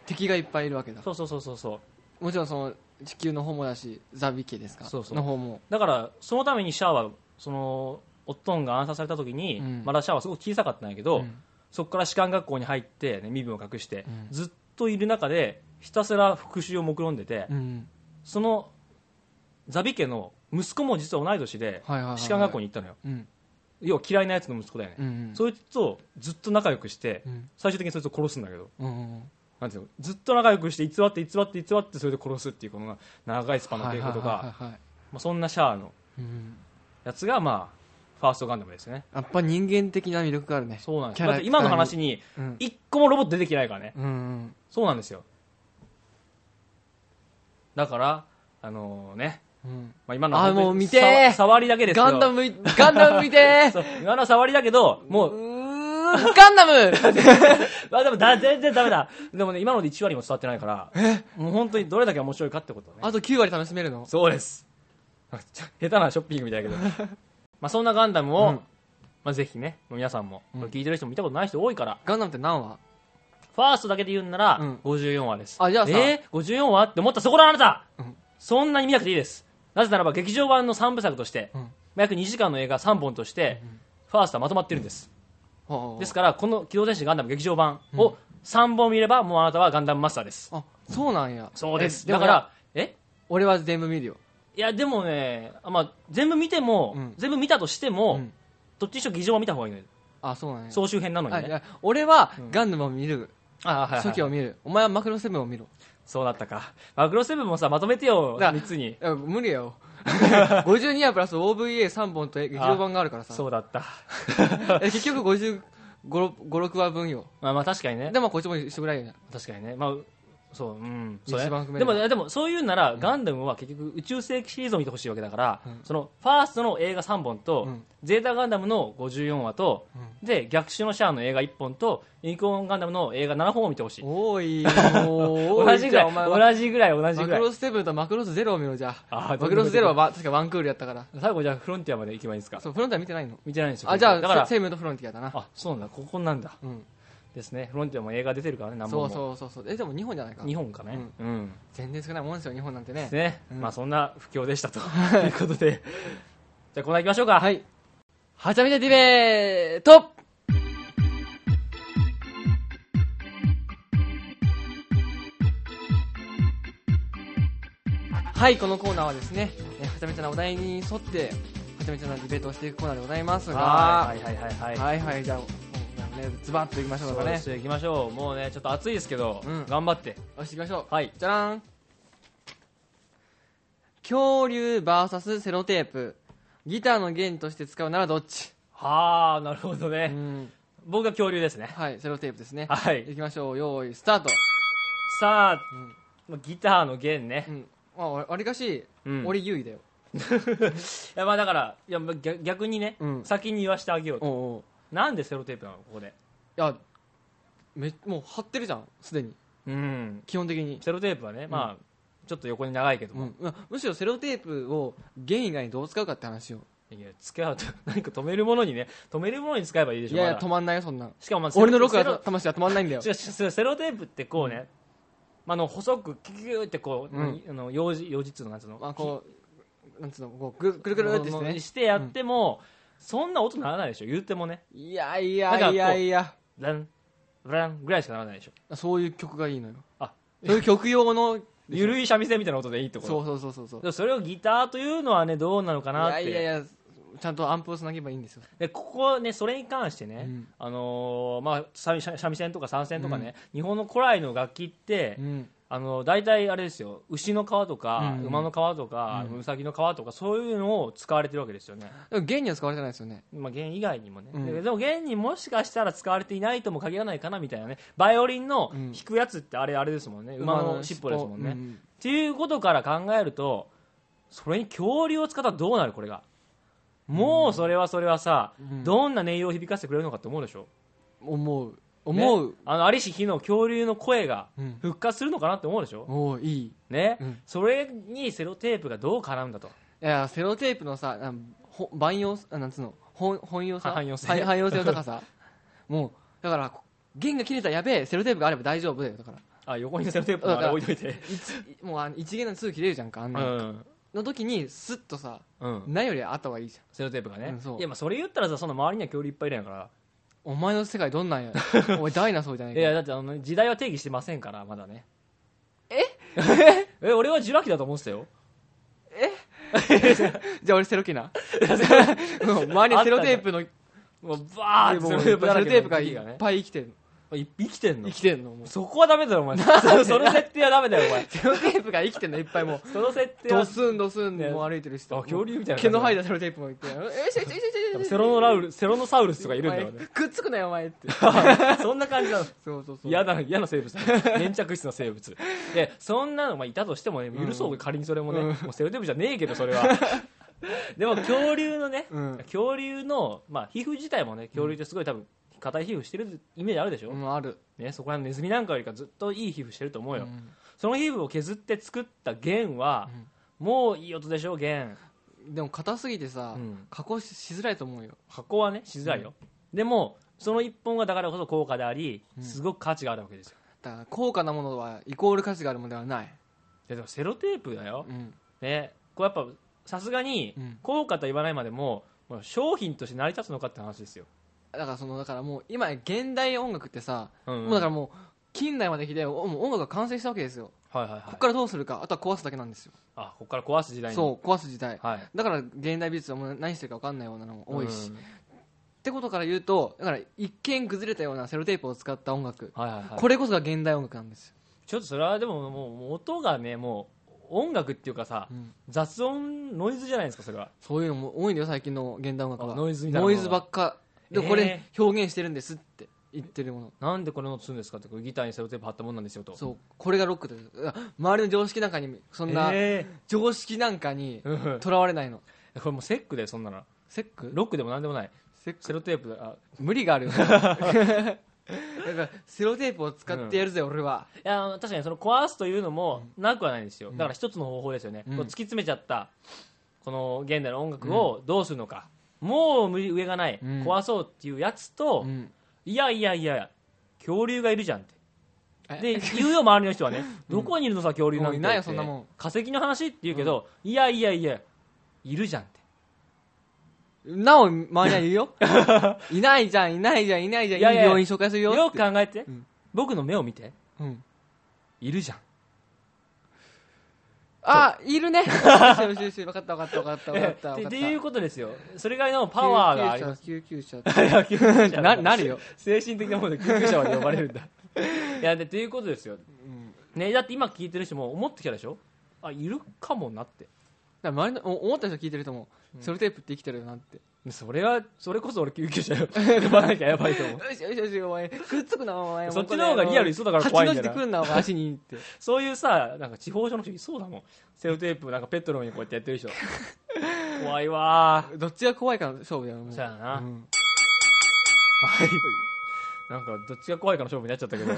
敵がいっぱいいるわけだ
そうそうそうそうそう
もちろんその地球の方もだしザビ家ですか
そうそう
の方も
だからそのためにシャアはそのおっとんが暗殺された時に、
うん
まだシャアはすごく小さかったんやけど、
うん
そこから士官学校に入って、ね、身分を隠して、
うん
ずっといる中でひたすら復讐を目論んでて、
うん
そのザビ家の息子も実は同い年で
はいはいはいはい
士官学校に行ったのよ
うん
要は嫌いなやつの息子だよね、
うんうん
そいつとずっと仲良くして、
うん
最終的にそいつを殺すんだけど
うんうん
なんていうのずっと仲良くして偽って偽って偽ってそれで殺すっていうこの長いスパンの
はい
稽
はい
古と
はい
か
はいはい
まあそんなシャアの
うん
やつがまあファーストガンダムですね
やっぱ人間的な魅力があるね
そうなんです
キャ
だ
ラ
って今の話に
うん
一個もロボット出てきてないからね
うんうん
そうなんですよだからあのね、
うん
まあ、今の
あ
本当に
もう見てー
さ触りだけですけど
ガンダムいガンダム見 てー
そう今の触りだけども
う
う
ーんガンダ ム
あでもだ全然ダメだでもね今ので1割も伝わってないからもう本当にどれだけ面白いかってことね
あと9割楽しめるの
そうです。ちょ下手なショッピングみたいだけど。 まあそんなガンダムを、
うん
まあぜひね、皆さんも、
うん
これ聞いてる人も見たことない人多いから、
ガンダムって何話
ファーストだけで言うんなら、
うん
54話です。
あじゃあさ
えー、54話って思ったそこだあなた、
うん
そんなに見なくていいです。なぜならば劇場版の3部作として、
うん
約2時間の映画3本として、ファーストはまとまってるんです。
はあ
ですから、この機動戦士ガンダム劇場版を3本見れば、もうあなたはガンダムマスターです。
あそうなんや
そうです。
え
だ
も
から、え
俺は全部見るよ
いやでもね、あまあ、全部見ても、
うん
全部見たとしても、
うん
どっちにしろ議場は見た方がいいのよ、
あそうなんや
総集編なのに
あ
ね、
いや俺はガンダムを見る
あはいはい
初期を見るお前はマクロセブンを見ろ
そうだったか、マクロセブンもさ、まとめてよ、
だ
3つに
い、や無理やよ 52話プラス OVA3 本と劇場版があるからさ
そうだった、
え結局55、6話分よ
まあ、まあ確かにね、
でもこっちも一緒ぐらいや
確かにね、まあ、そう、うん。
一番
そうね
含め
で
れば
も、でもそういうんなら、ガンダムは結局宇宙世紀シリーズを見てほしいわけだから、
うん
その、ファーストの映画3本と、
うん
ゼータガンダムの54話と、で、逆襲のシャアの映画1本と、ユニコーンガンダムの映画7本を見てほしい。
多 い
同
同
じぐら
お前
い、
は
同じぐらい、同じ
マ
ぐ
ク
らい
ロ。スセブンとマクロスゼロを見ろじゃ
あ
あ
ー
マクロスゼロはま確かワンクールやったから
最後じゃあフロンティアまで行けばいいですか
そうフロンティア見てないの
見てないんですよ。
あじゃあ
だから
セセイムとフロンティアだな
あそうなんだここなんだ
うん
ですねフロンティアも映画出てるからね何
そう
本も
そうそうそうえでも日本じゃないか
日本かねうん、
全然少ないもんですよ日本なんて
で
ね
すね、
うん
まあそんな不況で したということでじゃあコーナー行きましょうか
はいはちゃみでディベートはいこのコーナーはですねえはちゃみちゃんのお題に沿ってはちゃみちゃんのディベートをしていくコーナーでございますが
はいはいはいはいはい
はいはい、じゃあ、もうね、ズバッといきましょう
そ
か
うで
ね。
すよ行きましょうもうねちょっと暑いですけど、
うん
頑張って
よし、いきましょう。
はい
じゃらーん。恐竜 VS セロテープ。ギターの弦として使うならどっち
はあなるほど
う
ね、
ん。
僕が恐竜ですね
はい、セロテープですね。
はい
いきましょう。用意、スタート。
さあ
うん、
まあギターの弦ね
う、ん。まあ、わわりかし、
うん
俺優位だよ。
いやまあだからいやまあ逆逆にね、
うん
先に言わせてあげようと
おうおう
なんでセロテープなのここで
いや、め、もう張ってるじゃん、すでに。
うん
基本的に。
セロテープはね、まあちょっと横に長いけど
う
も、
ん、まあむしろセロテープを弦以外にどう使うかって話を
いや使うと 何か止めるものにね止めるものに使えばいいでしょ
いやいや
まだ
止まんないよそんなん
しかもまあセロ
俺のロック
セロ
は魂は止まんないんだよ
違う違うセロテープってこうね、まあ、あの細くキュキュってこう、
うん
あの用事用事っつうのなんつうの
まあ、こう、なんつうの、こう、ぐるぐるぐるってしてね。
やっても、そんな音ならないでしょ言うてもね
いやい
なんか
や
こう
いやいや。
ランランぐらいしかならないでしょ
そういう曲がいいのよ。
あ
そういう曲用の、
ゆるい三味線みたいな音でいいってこと
そうそうそうそうそう。
でもそれをギターというのはねどうなのか
い
なっ
や
て
いやいや、ちゃんとアンプをつなげばいいんですよ。
でここねそれに関してね、
うん
あのーまあ三味三三味線とか三線とかね、日本の古来の楽器って、
うん。
あの大体あれですよ牛の皮とか、
うん
馬の皮とか、うさぎの皮とかそういうのを使われてるわけですよね、
でも弦には使われてないですよね。
まあ、弦以外にもね、
うん
ででも弦にもしかしたら使われていないとも限らないかなみたいなねバイオリンの
うん
弾くやつってあれあれですもんね、馬の尻尾ですもんね、
う
っ。ていうことから考えるとそれに恐竜を使ったらどうなるこれがもうそれはそれはさ、
うん
どんな音色を響かせてくれるのかって思うでしょ、
思う。思
ね
う。
あの有志日の恐竜の声が
うん。
復活するのかなって思うでしょ、
おーいい。
ね、
うん
それにセロテープがどう絡んだと
いや、セロテープのさ、なんほ万葉、あなんつうの、本本用さ、
汎用性
はい汎用性の高さ。 もう、だから、弦が切れたらやべえ、セロテープがあれば大丈夫だよ。だから、
あ横にセロテープのあれ置いといて
いもうあの一弦のすぐ切れるじゃんか、あん
う
なの。
ん、
の時にスッとさ
うん、
ないよりあった方がいいじゃん
セロテープがね、
うんそう
いやまあそれ言ったらさその周りには恐竜いっぱいいるんやから、
お前の世界どん なんやお前ダイナソーじゃない
い
か
やだってあの時代は定義してませんからまだねえ え俺はジュラ紀だと思って たよ
じゃあ俺セロキなうん周りにセロテープの
もうバー
で
って
もう
セロ
いっぱいセ
テープだら
ロ
け
テープが
時
い
期
っ
ね
ぱい生きてる
い生きてんの
生きてんのもう
そこはダメだろお前 そその設定はダメだよお前
セロテープが生きてんのいっぱいもう
その設定
ド
は
スンドスン
ね
もう歩いてるし
あ恐竜みたいな
毛の生えたセロテープもいてえいしょいしょいしょいしょいし
セ
ょ
ロノラウルセロノサウルスとかいるんだよ
お
ね
前くっつくなよお前って
そんな感じなの
そうそうそう
嫌な嫌な生物 だ粘着質の生物でそんなのまあいたとしてもね許そう、仮にそれもね、もうセロテープじゃねえけどそ れはでも恐竜のね、
うん
恐竜の、まあ、皮膚自体もね恐竜ってすごい多分硬い皮膚してるイメージあるでしょ、
うんある
ね、そこら辺のネズミなんかよりかずっといい皮膚してると思うよ、
ん
その皮膚を削って作った弦は、もういい音でしょ弦
でも硬すぎてさ
うん
加工ししづらいと思うよ
箱はねしづらいよ、でもその一本がだからこそ高価でありすごく価値があるわけですよ
だから高価なものはイコール価値があるものではない
ででもセロテープだよ、
うん
ね、こうやっぱさすがに
うん
効果とは言わないまでも、もう商品として成り立つのかって話ですよ、
だからそのだからもう今現代音楽ってさ、
うんうん
もうだからもう近代まで来ておもう音楽が完成したわけですよ、
はいはいはい、
ここからどうするかあとは壊すだけなんですよ、
あここから壊す時代に
そう壊す時代、
はい、
だから現代美術はもう何してるか分かんないようなのも多いし、
う
っ
ん
てことから言うとだから一見崩れたようなセロテープを使った音楽、
はいはいはい、
これこそが現代音楽なんですよ、
ちょっとそれはでももうもう音がねもう音楽っていうかさ、
うん
雑音ノイズじゃないですかそれは
そういうのも多いんだよ最近の現代音楽は
あノイズみたいなも
ノ
の
イ
が
ズばっかでも
えー
これ表現してるんですって、言ってるもの
なんでこれのつんですかってこれギターにセロテープ貼ったもんなんですよと
そうこれがロックだよあ周りの常識なんかにそんな、
え
常識なんかに
ーうん
とらわれないの
これもうセックでそんなの
セック
ロックでもなんでもない
セック
セロテープだあ
無理があるよ ねだからセロテープを使ってやるぜ、俺はい
や確かにその壊すというのもなくはないんですよ、
ん
だから一つの方法ですよね、
うん
こう突き詰めちゃったこの現代の音楽をどうするのか、もう無理上がない、
うん
壊そうっていうやつと、
うん
いやいやいや恐竜がいるじゃんって
え
で言うよ周りの人は ね、どこにいるのさ恐竜な
も
んて
ういないよそんなもん
化石の話って言うけど、いやいやいやいるじゃんって
なお周りは言う よいないじゃんいないじゃんいないじゃんい
いやいや
い病院紹介するよ
よ
って
く考えて、
うん
僕の目を見て
うん
いるじゃん
あいるねよ しよしよし分かった分かった分かった分かった
っ
分か
てっ
ってた
いうこと ですよそれぐらいのパワーがあります
救 急車
救急車
ななるよ
精神的なもので救急車まで呼ばれるんだ いやでということですよ、ね、だって今聞いてる人も思ってきたでしょあいるかもなって
だから周りのお思った人聞いてると思う、セロテープって生きてるよなって
それはそれこそ俺救急車呼ばなきゃやばいと思う
よしよしよしお前くっつくなお 前
そっちの方がリアルいそうだから怖いんだ
八
よ
の字で来んなお前足にって
そういうさなんか地方所の人いそうだもんセロテープなんかペットの上にこうやってやってる人怖いわ
どっちが怖いかの勝負だよもう
そうやな
うん
なんかどっちが怖いかの勝負になっちゃったけど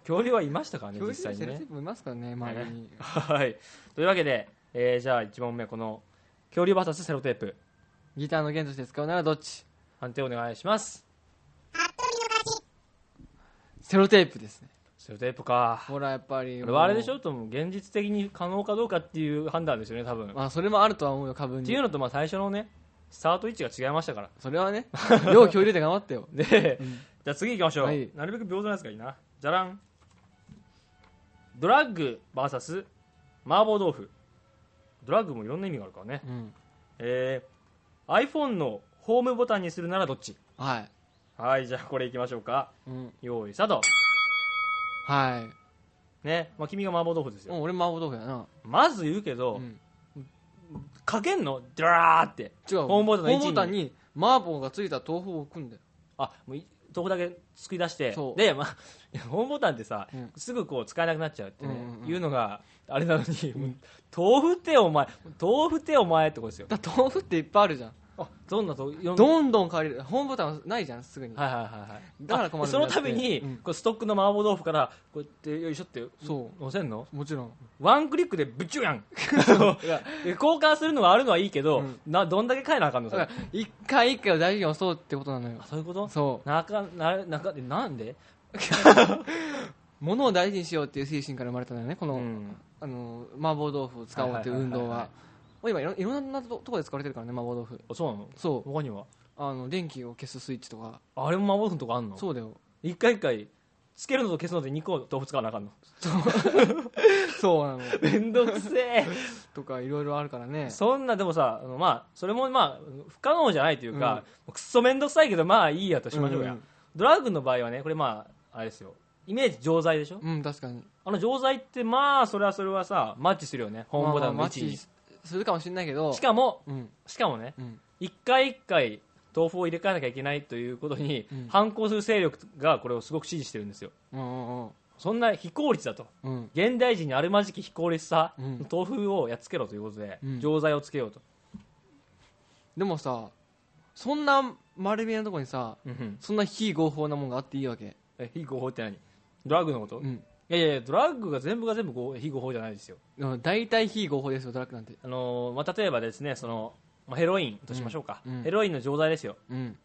恐竜はいましたからね
教
実
室に
際
セ
に
ロ
ね
テープいますからね周りに
はいというわけで、えーじゃあ1問目この恐竜 VS セロテープ
ギターの弦として使うならどっち
判定お願いします
セロテープですね
セロテープか
ほらやっぱりもう
これはあれでしょとも現実的に可能かどうかっていう判断ですよね多分、っ
まあそれもあるとは思うよ過分
てい
に
うのとまあ最初のねスタート位置が違いましたから
それはね よう恐竜で頑張ったよ
で、 じゃあ次行きましょう、
はい
なるべく平等なやつがいいなじゃらんドラッグ VS 麻婆豆腐ドラッグもいろんな意味があるからね
うん
えー、iPhone のホームボタンにするならどっち
はい
はいじゃあこれいきましょうか
うん
用意スタート
はい
ね、まあ、君が麻婆豆腐です
う
よ、
ん俺麻婆豆腐やな
まず言うけど、
うん
かけんのドラーって
違う
ホームボタンの位置
ホー
に
ムボタンに麻婆がついた豆腐を置くんだよ
あもうい豆腐だけ作り出して
そう
で、まあ、 いやホームボタンってさ、
うん
すぐこう使えなくなっちゃうってね、
うんうんうん
いうのがあれなのに、豆腐ってお前豆腐ってお前ってことですよ
だ豆腐っていっぱいあるじゃん
あどんな豆腐いろんな
どんどん変われるホームボタンはないじゃんすぐに
はいはいはいはい
だから困る
あそのために、
うん
こうストックの麻婆豆腐からこうやってよいしょって
そ
乗せんの
うもちろん
ワンクリックでぶっちゅうやん そう交換するのはあるのはいいけど、
うん
などんだけ変えなあかんの
だ
そ
か
れ
ら一回一回を大事に押そうってことなのよ
あそういうこと
そ
なかななかなんで、
う物を大事にしようっていう精神から生まれたんだよねこの、
うん
あの麻婆豆腐を使おうっていう運動
はいはいはいはいは
はもう今いろいろんなとこで使われてるからね麻婆豆腐
あそうなの
そう
他には
あの電気を消すスイッチとか
あれも麻婆豆腐のとこあんの
そうだよ
一回一回つけるのと消すので2個豆腐使わなあかん の
そうなの
めんどくせえ
とかいろいろあるからね
そんなでもさあのまあそれもまあ不可能じゃないというか、もうくっそめんどくさいけどまあいいやとしましょうや、
うん
ドラッグの場合はねこれまああれですよイメージ錠剤でしょ
うん確かに
あの錠剤ってまあそれはそれはさマッチするよねホームボタンの
まあまあマ
位置に、
ッチするかもしれないけど
しかも
うん
しかもね
うん
一回一回豆腐を入れ替えなきゃいけないということに
うん
反抗する勢力がこれをすごく支持してるんですよ
うんうん
そんな非効率だと
うん
現代人にあるまじき非効率さ、
うん
豆腐をやっつけろということで、
うん
錠剤をつけようと、
でもさそんな丸見えなとこにさそんな非合法なもんがあっていいわけ
え非合法って何ドラッグのこと、
う
い
ん
やいやいやドラッグが全部が全部合非合法じゃないですよ、
でも大体非合法ですよドラッグなんて
あのーまあ、例えばですねその、まあ、ヘロインとしましょうか、
うんうん
ヘロインの錠剤ですよ
うん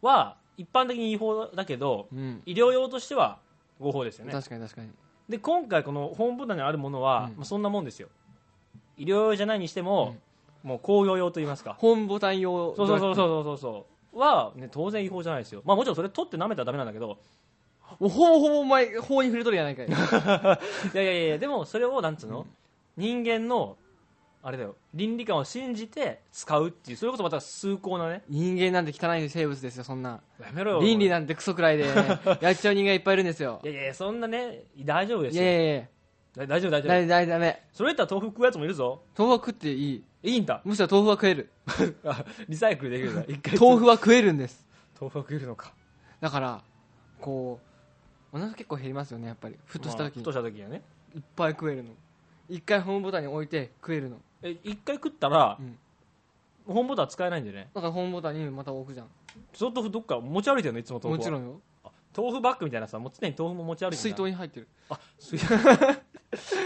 は一般的に違法だけど
うん
医療用としては合法ですよね
確かに確かに
で今回このホームボタンにあるものは、
うん
まあ、そんなもんですよ医療用じゃないにしても、もう公用用といいますか
ホームボタン用
そうそうそう
う
そうそうそうは、ね、当然違法じゃないですよ、まあ、もちろんそれ取って舐めたらダメなんだけ ど
もうほぼほぼお前法に触れとるやないかい
いやいやいやでもそれをなんつうの、人間のあれだよ倫理観を信じて使うっていうそれこそまた崇高なね
人間なんて汚い生物ですよそんな
やめろよ
倫理
だ
なんてクソく らいでやっちゃう人間いっぱいいるんですよ
いやいやそんなね大丈夫で
い
すよ
やいやい
だ大丈夫大
や
丈
だ
夫
めだめだめ
それやったら豆腐食うやつもいるぞ
豆腐は食っていい
いいんだ
むしろ豆腐は食える
リサイクルできるんだ一回
豆腐は食えるんです
豆腐は食えるのか
だからこうお腹結構減りますよねやっぱりふっとした時
まあふ
に
っとした時にはね
いっぱい食えるの一回ホームボタンに置いて食えるの
え一回食ったら、
うん
本ボタン使えないんでね
だからホームボタンにまた置くじゃん
ちょっとどっか持ち歩いてるのいつも豆腐は
もちろんよ
豆腐バッグみたいなさもう常に豆腐も持ち歩いて
水筒に入ってる
あ水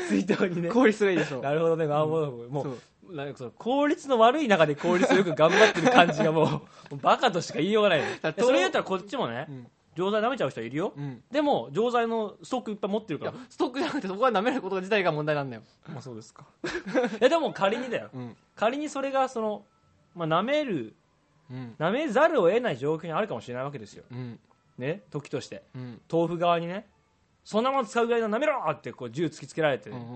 水筒にね
効率がいいでしょ
なるほどね麻婆豆腐も
そうう
なんかその効率の悪い中で効率よく頑張ってる感じが もうもうバカとしか言いようがないよ
だから
それ言ったらこっちもね
うん
錠剤舐めちゃう人いるよ
うん
でも錠剤のストックいっぱい持ってる
い
か
や
ら
ストックじゃなくてそこは舐めること自体が問題なんだよ
まあそう ですかいやでも仮にだよ
うん
仮にそれがそのまあ舐める
うん
舐めざるを得ない状況にあるかもしれないわけですよ
うん
ね時として
うん
豆腐側にねそんなもの使うぐらいの舐めろってこう銃突きつけられて
うんう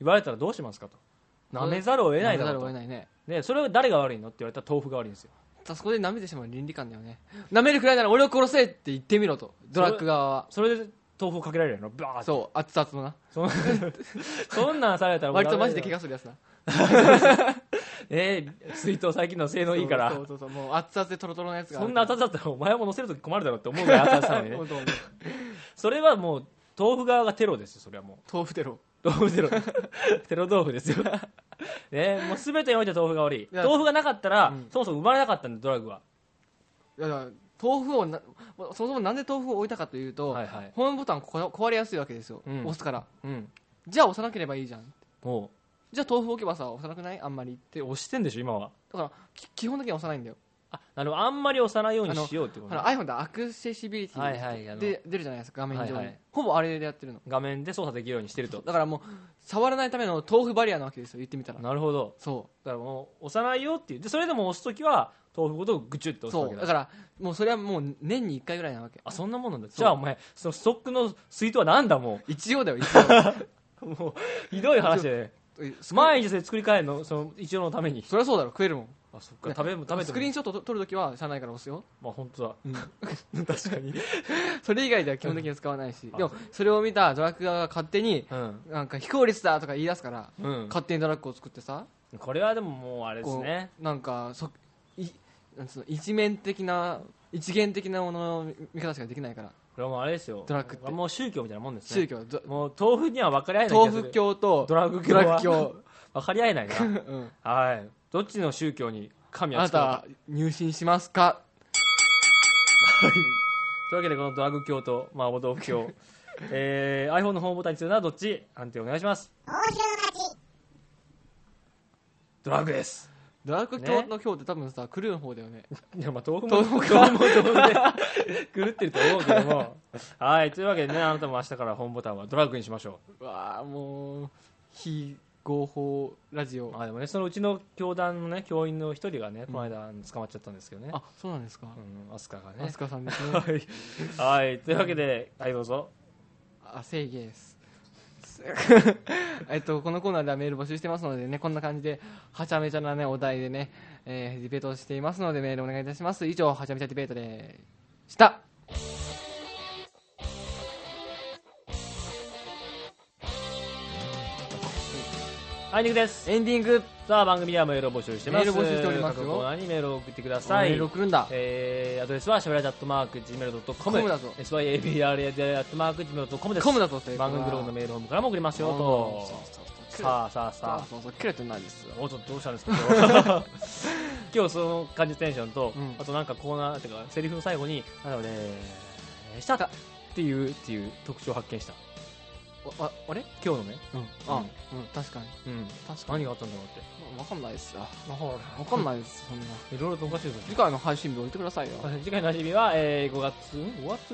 言
ん
われたらどうしますかと舐めざるを得ない
舐め
だ
ざる
ろ
を得
うと
ないね
ねそれは誰が悪いのって言われたら豆腐が悪いんですよ
あそこで舐めてしまう倫理観だよね舐めるくらいなら俺を殺せって言ってみろとドラッグ側は
それで豆腐をかけられるのバーッて
そう熱々のな
そんそんなんされたらもう
割
ダ
とマジ
メだよ
で怪我するやつな
ええ水筒最近の性能いい
そ
から
うそうそうもう熱々でトロトロのやつがあ
そ
る
んな熱々だったらお前も乗せるとき困るだろうって思うぐらい熱々なのに ね
本当本
それはもう豆腐側がテロですよそれはもう
当豆腐テロ
豆腐テロ テロ豆腐ですよ ねもう全てにおいて豆腐が悪い
いや
豆腐がなかったら、
うん
そもそも生まれなかったんでドラッグはい
やだから豆腐をなそもそもなんで豆腐を置いたかというと、
はいはい
ホームボタンこ壊れやすいわけですよ、
うん
押すから
うん
じゃあ押さなければいいじゃん
も
じゃあ豆腐置けばさ押さなくないあんまりって
うで押してんでしょ今は
だからき基本的には押さないんだよ
あなるほどあんまり押さないようにしようってこ
ほ
とね
ら iPhone でアクセシビリティ
はいはいあの
で出るじゃないですか画面上に、
はいはい
ほぼあれでやってるの
画面で操作できるようにしてると
だからもう触らないための豆腐バリアなわけですよ言ってみたら
なるほど
そ
だからもう押さないよっていうでそれでも押す時は豆腐ごとぐちゅっ
う
と押すわ
そ
け
うだ
だ
からもうそれはもう年に1回ぐらいな わけ
あそんなもんなんだ
う
じゃあお前そのストックの水筒はなんだも
一応だよ一応
うもうひどい話で、ね、
えスク
毎日それ作り変えるのその一応のために
そりゃそうだろ食えるもん
あそっか食べも食べても
スクリーンショットと撮るときは社内から押すよ
まあ本当だ、
うん
確かに
それ以外では基本的に使わないし、
ん
でもそれを見たドラッグ側が勝手に
うん
なんか非効率だとか言い出すから、
うん、
勝手にドラッグを作ってさ
これはでももうあれですね
こうなんかそいなんつうの一面的な一元的なものの見方しかできないから
これはもうあれですよ
ドラッグって
もう宗教みたいなもんですね
宗教はど
もう豆腐には分かり合えない
豆腐教と
ドラッグ
ド
教は
ラッグ 教
分かり合え ないな
うん
はいどっちの宗教に神
あ
は
な
使う
た
か
は入信しますか
というわけでこのドラッグ教と麻婆豆腐 教えー、iPhone のホームボタンにするのはどっち判定お願いしますドラッグです
ドラッグ教の教って多分さクルーの方だよね
いやまあ豆腐も
豆
豆
腐
腐も豆腐で狂ってると思うけど もはいというわけでねあなたも明日からホームボタンはドラッグにしましょう
うわあもう非合法ラジオ
あでもねそのうちの教団のね教員の一人がねこの間捕まっちゃったんですけどね、
あそうなんですか
うん、アスカが
ア
ね
スカさんですね
はい、はい、というわけではいどうぞ
あ正義です えっと、このコーナーではメール募集してますのでねこんな感じではちゃめちゃな、ね、お題でね、えーディベートをしていますのでメールお願いいたします以上はちゃめちゃディベートでした
はいニクです
エンディング
さあ番組ではメールを募集してます
メール募集しておりますよ
各コーナーにメールを送ってください
メール送るんだ
えー、アドレスはしゃべらじゃっとマーク
com だぞ
Gmail.com syabrj.gmail.com です
コムだと
番組ブログのメールホームからも送りますよと
さ
さあさあさ
あ
あ
そうそう切れてないですよ
おっとどうしたんですか 今日今日その感じテンションと、
うん
あとなんかコーナーっていうかセリフの最後になのでしたっていうっていう特徴を発見した
あああれ
今日のね、
うんあ、うん、確かに
うん、
確かに
何があったんだろうって
分かんないですよ
まあほ
分
ら
かんないですそんない
ろいろとおかしいです
次回の配信日置いてくださいよ
よ次回の始めは、えー、5月ん5月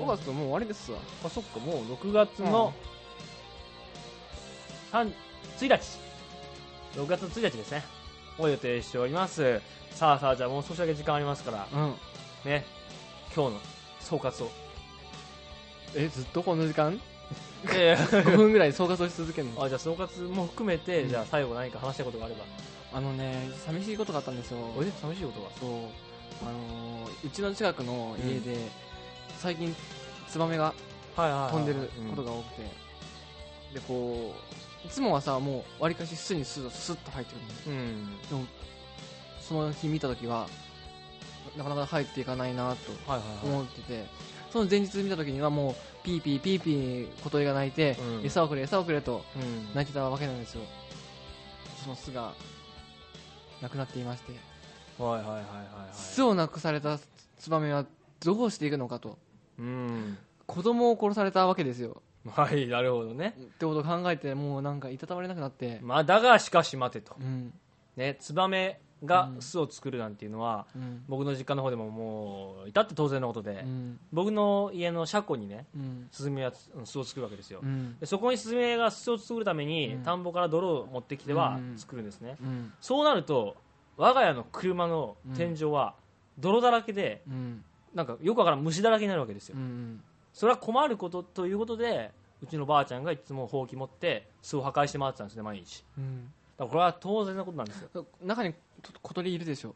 5月もう終わりですわ
あそっかもう6月の、三1日6月の1日ですねを予定しておりますさあさあじゃあもう少しだけ時間ありますから
うん
ね今日の総括を
えずっとこの時間
え
5分ぐらい総括をし続けるの
あじゃあ総括も含めて、
うん
じゃあ最後何か話したいことがあれば
あのね寂しいことがあったんですよ
おいで寂しいことが
そうあのーうちの近くの家で、最近ツバメが
はいは
飛んでること
が、
が多くて、でこういつもはさもうわりかし巣にスッスッと入ってくるの
うん
その日見た時はなかなか入っていかないなと
はいはいはい
思ってて、その前日見た時にはもうピーピーピーピー小鳥が鳴いて、
うん
餌をくれ餌をくれと
うん
泣いてたわけなんですよその巣がなくなっていまして
はいはいはいはいはい
巣をなくされたツバメはどうしていくのかと
うん
子供を殺されたわけですよ
はいなるほどね
ってことを考えてもうなんかいたたまれなくなって、
まあだがしかし待てと
うん
ねツバメが
うん
巣を作るなんていうのは
うん
僕の実家の方でももう至って当然のこと
う
で
ん
僕の家の車庫にね
うん
スズメはうん巣を作るわけですよ
うん
でそこにスズメが巣を作るために
うん
田んぼから泥を持ってきては
うん
作るんですね
うん
そうなると我が家の車の天井は泥だらけで
うん
なんかよくわからん虫だらけになるわけですよ
うん
それは困ることということでうちのばあちゃんがいつもほうき持って巣を破壊して回ってたんですね毎日
うん
だからこれは当然のことなんですよ
中に小鳥いるでしょ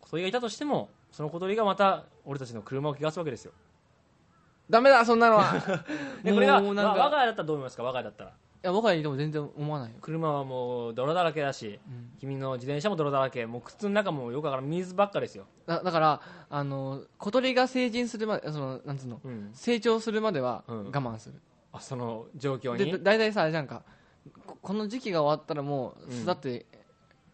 小鳥がいたとしてもその小鳥がまた俺たちの車を汚すわけですよ
ダメだそんなの は
でこれが
もう
わ
なん
我
か
が家だったらどう思いますか我が家だったら
いや僕はいいとも全然思わないよ、
車はもう泥だらけだし
うん、
君の自転車も泥だらけもう靴の中もよくわからん水ばっかですよ、
だだからあの小鳥が成人するまでそのなんつうの
うん、
成長するまでは
うん
我慢する、
あその状況
でだ
に
大体さあれじゃんかここの時期が終わったらもう
うん
巣だって、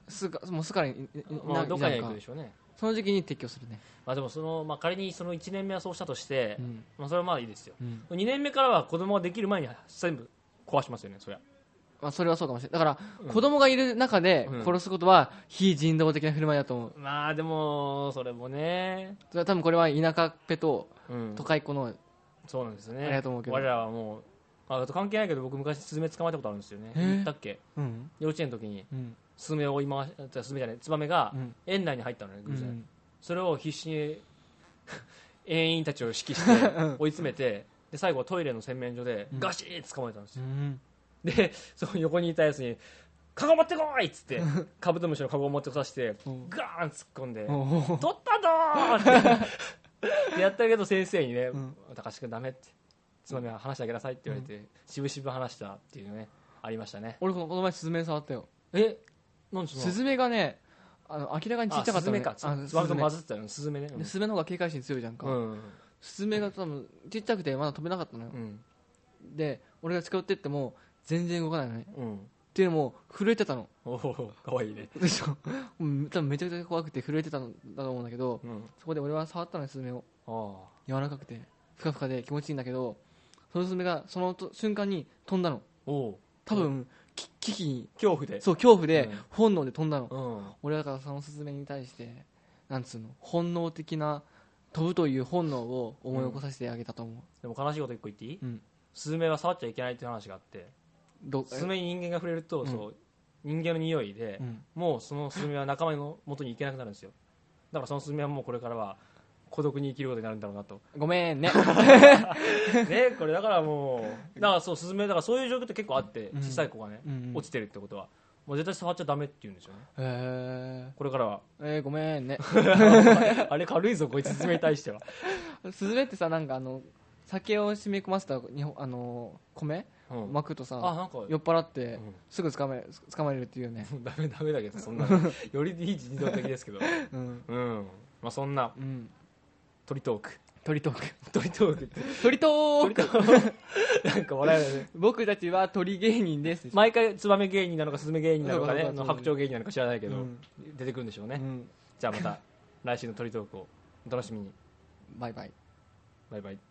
巣がもう巣からいい
まあ
な
どっかに
い
は行
な
く
ん
でしょうね、
その時期に撤去するね
まあ、でもその、まあ、仮にその1年目はそうしたとして、
うん
まあ、それはまあいいですよ
うん
2年目からは子供ができる前に全部壊しますよねそりゃ
まあ、それはそうかもしれないだか
うん
ら子供がいる中で
うん
殺すことは非人道的な振る舞いだと思う
まあでもそれもね、
それは多分これは田舎っぺと
うん
都会っ子の
そうなんですよね
ありがとう思うけど
我らはもうああと関係ないけど僕昔スズメ捕まえたことあるんですよね
えー
言ったっけ
うん
幼稚園の時に
うん
スズメを追い回しあスズメじゃないツバメが
うん
園内に入ったのね
う
偶然、
ん
それを必死に 園員たちを指揮して追い詰めてで最後はトイレの洗面所で
うん
ガシッ捕まえたんです
う
よ、
ん
でその横にいたやつに「カゴ持ってこい!」っつってカブトムシのカゴを持ってこさせて
うん
ガーン突っ込んで
おー
取ったぞーって やったけど先生にね
うん
「高橋君ダメ」って「つまみは話してあげなさい」って言われて渋々話したっていうねありましたね
俺このこの前スズメに触ったよ
えなんでその
スズメがねあの明らかにちっちゃか
あ
っ
スズ
たの
メ
ね
かつ
あの
つまみと混
スズ
ざってたよねスズメね
メスズメの方が警戒心強いじゃん
う
か
ん
スズメが多分ちっちゃくてまだ飛べなかったのよ
うん
で俺が近寄ってっても全然動かないのねっ
うん
ていうのも震えてたの
おおかわいいね
でしょうん多分めちゃくちゃ怖くて震えてたんだと思うんだけど
うん
そこで俺は触ったのよスズメを
ああ
柔らかくてふかふかで気持ちいいんだけどそのスズメがそのと瞬間に飛んだの
おお
多分き危機に
恐怖で
そう恐怖で
うん
本能で飛んだの
うん
俺はだからそのスズメに対してなんつうの本能的な飛ぶという本能を思い起こさせてあげたと思
でも悲しいこと一個言っていい
うん
スズメは触っちゃいけないっていう話があって
う、ど
スズメに人間が触れると
うん
そう人間の匂いで
うん
もうそのスズメは仲間の元に行けなくなるんですよだからそのスズメはもうこれからは孤独に生きることになるんだろうなと
ごめんね
ねこれだからもうだからそうスズメだからそういう状況って結構あって
うん
小さい子がね、
うん
落ちてるってことはもう絶対触っちゃダメって言うんですよね
へー
これからは
えー、ごめ んね
あれ軽いぞこいつスズメに対しては、
スズメってさなんかあの酒を染み込ませた日本あの米
うん
巻くと
あ
さ
なんか
酔っ払って
うん
すぐ捕まえ捕まえるっていうよね
ダメダメだけどそん なのより非人道的ですけど
うん、
うんまあそんな
うん、
鳥トーク
鳥トーク
鳥トークって
鳥トーク
なんか笑えないね
僕たちは鳥芸人です
毎回ツバメ芸人なのかスズメ芸人なのか
そう
ね
かそうか
の白鳥芸人なのか知らないけど、
うん
出てくるんでしょうね、
うん
じゃあまた来週の鳥トークをお楽しみに
バイバイ
バイバイ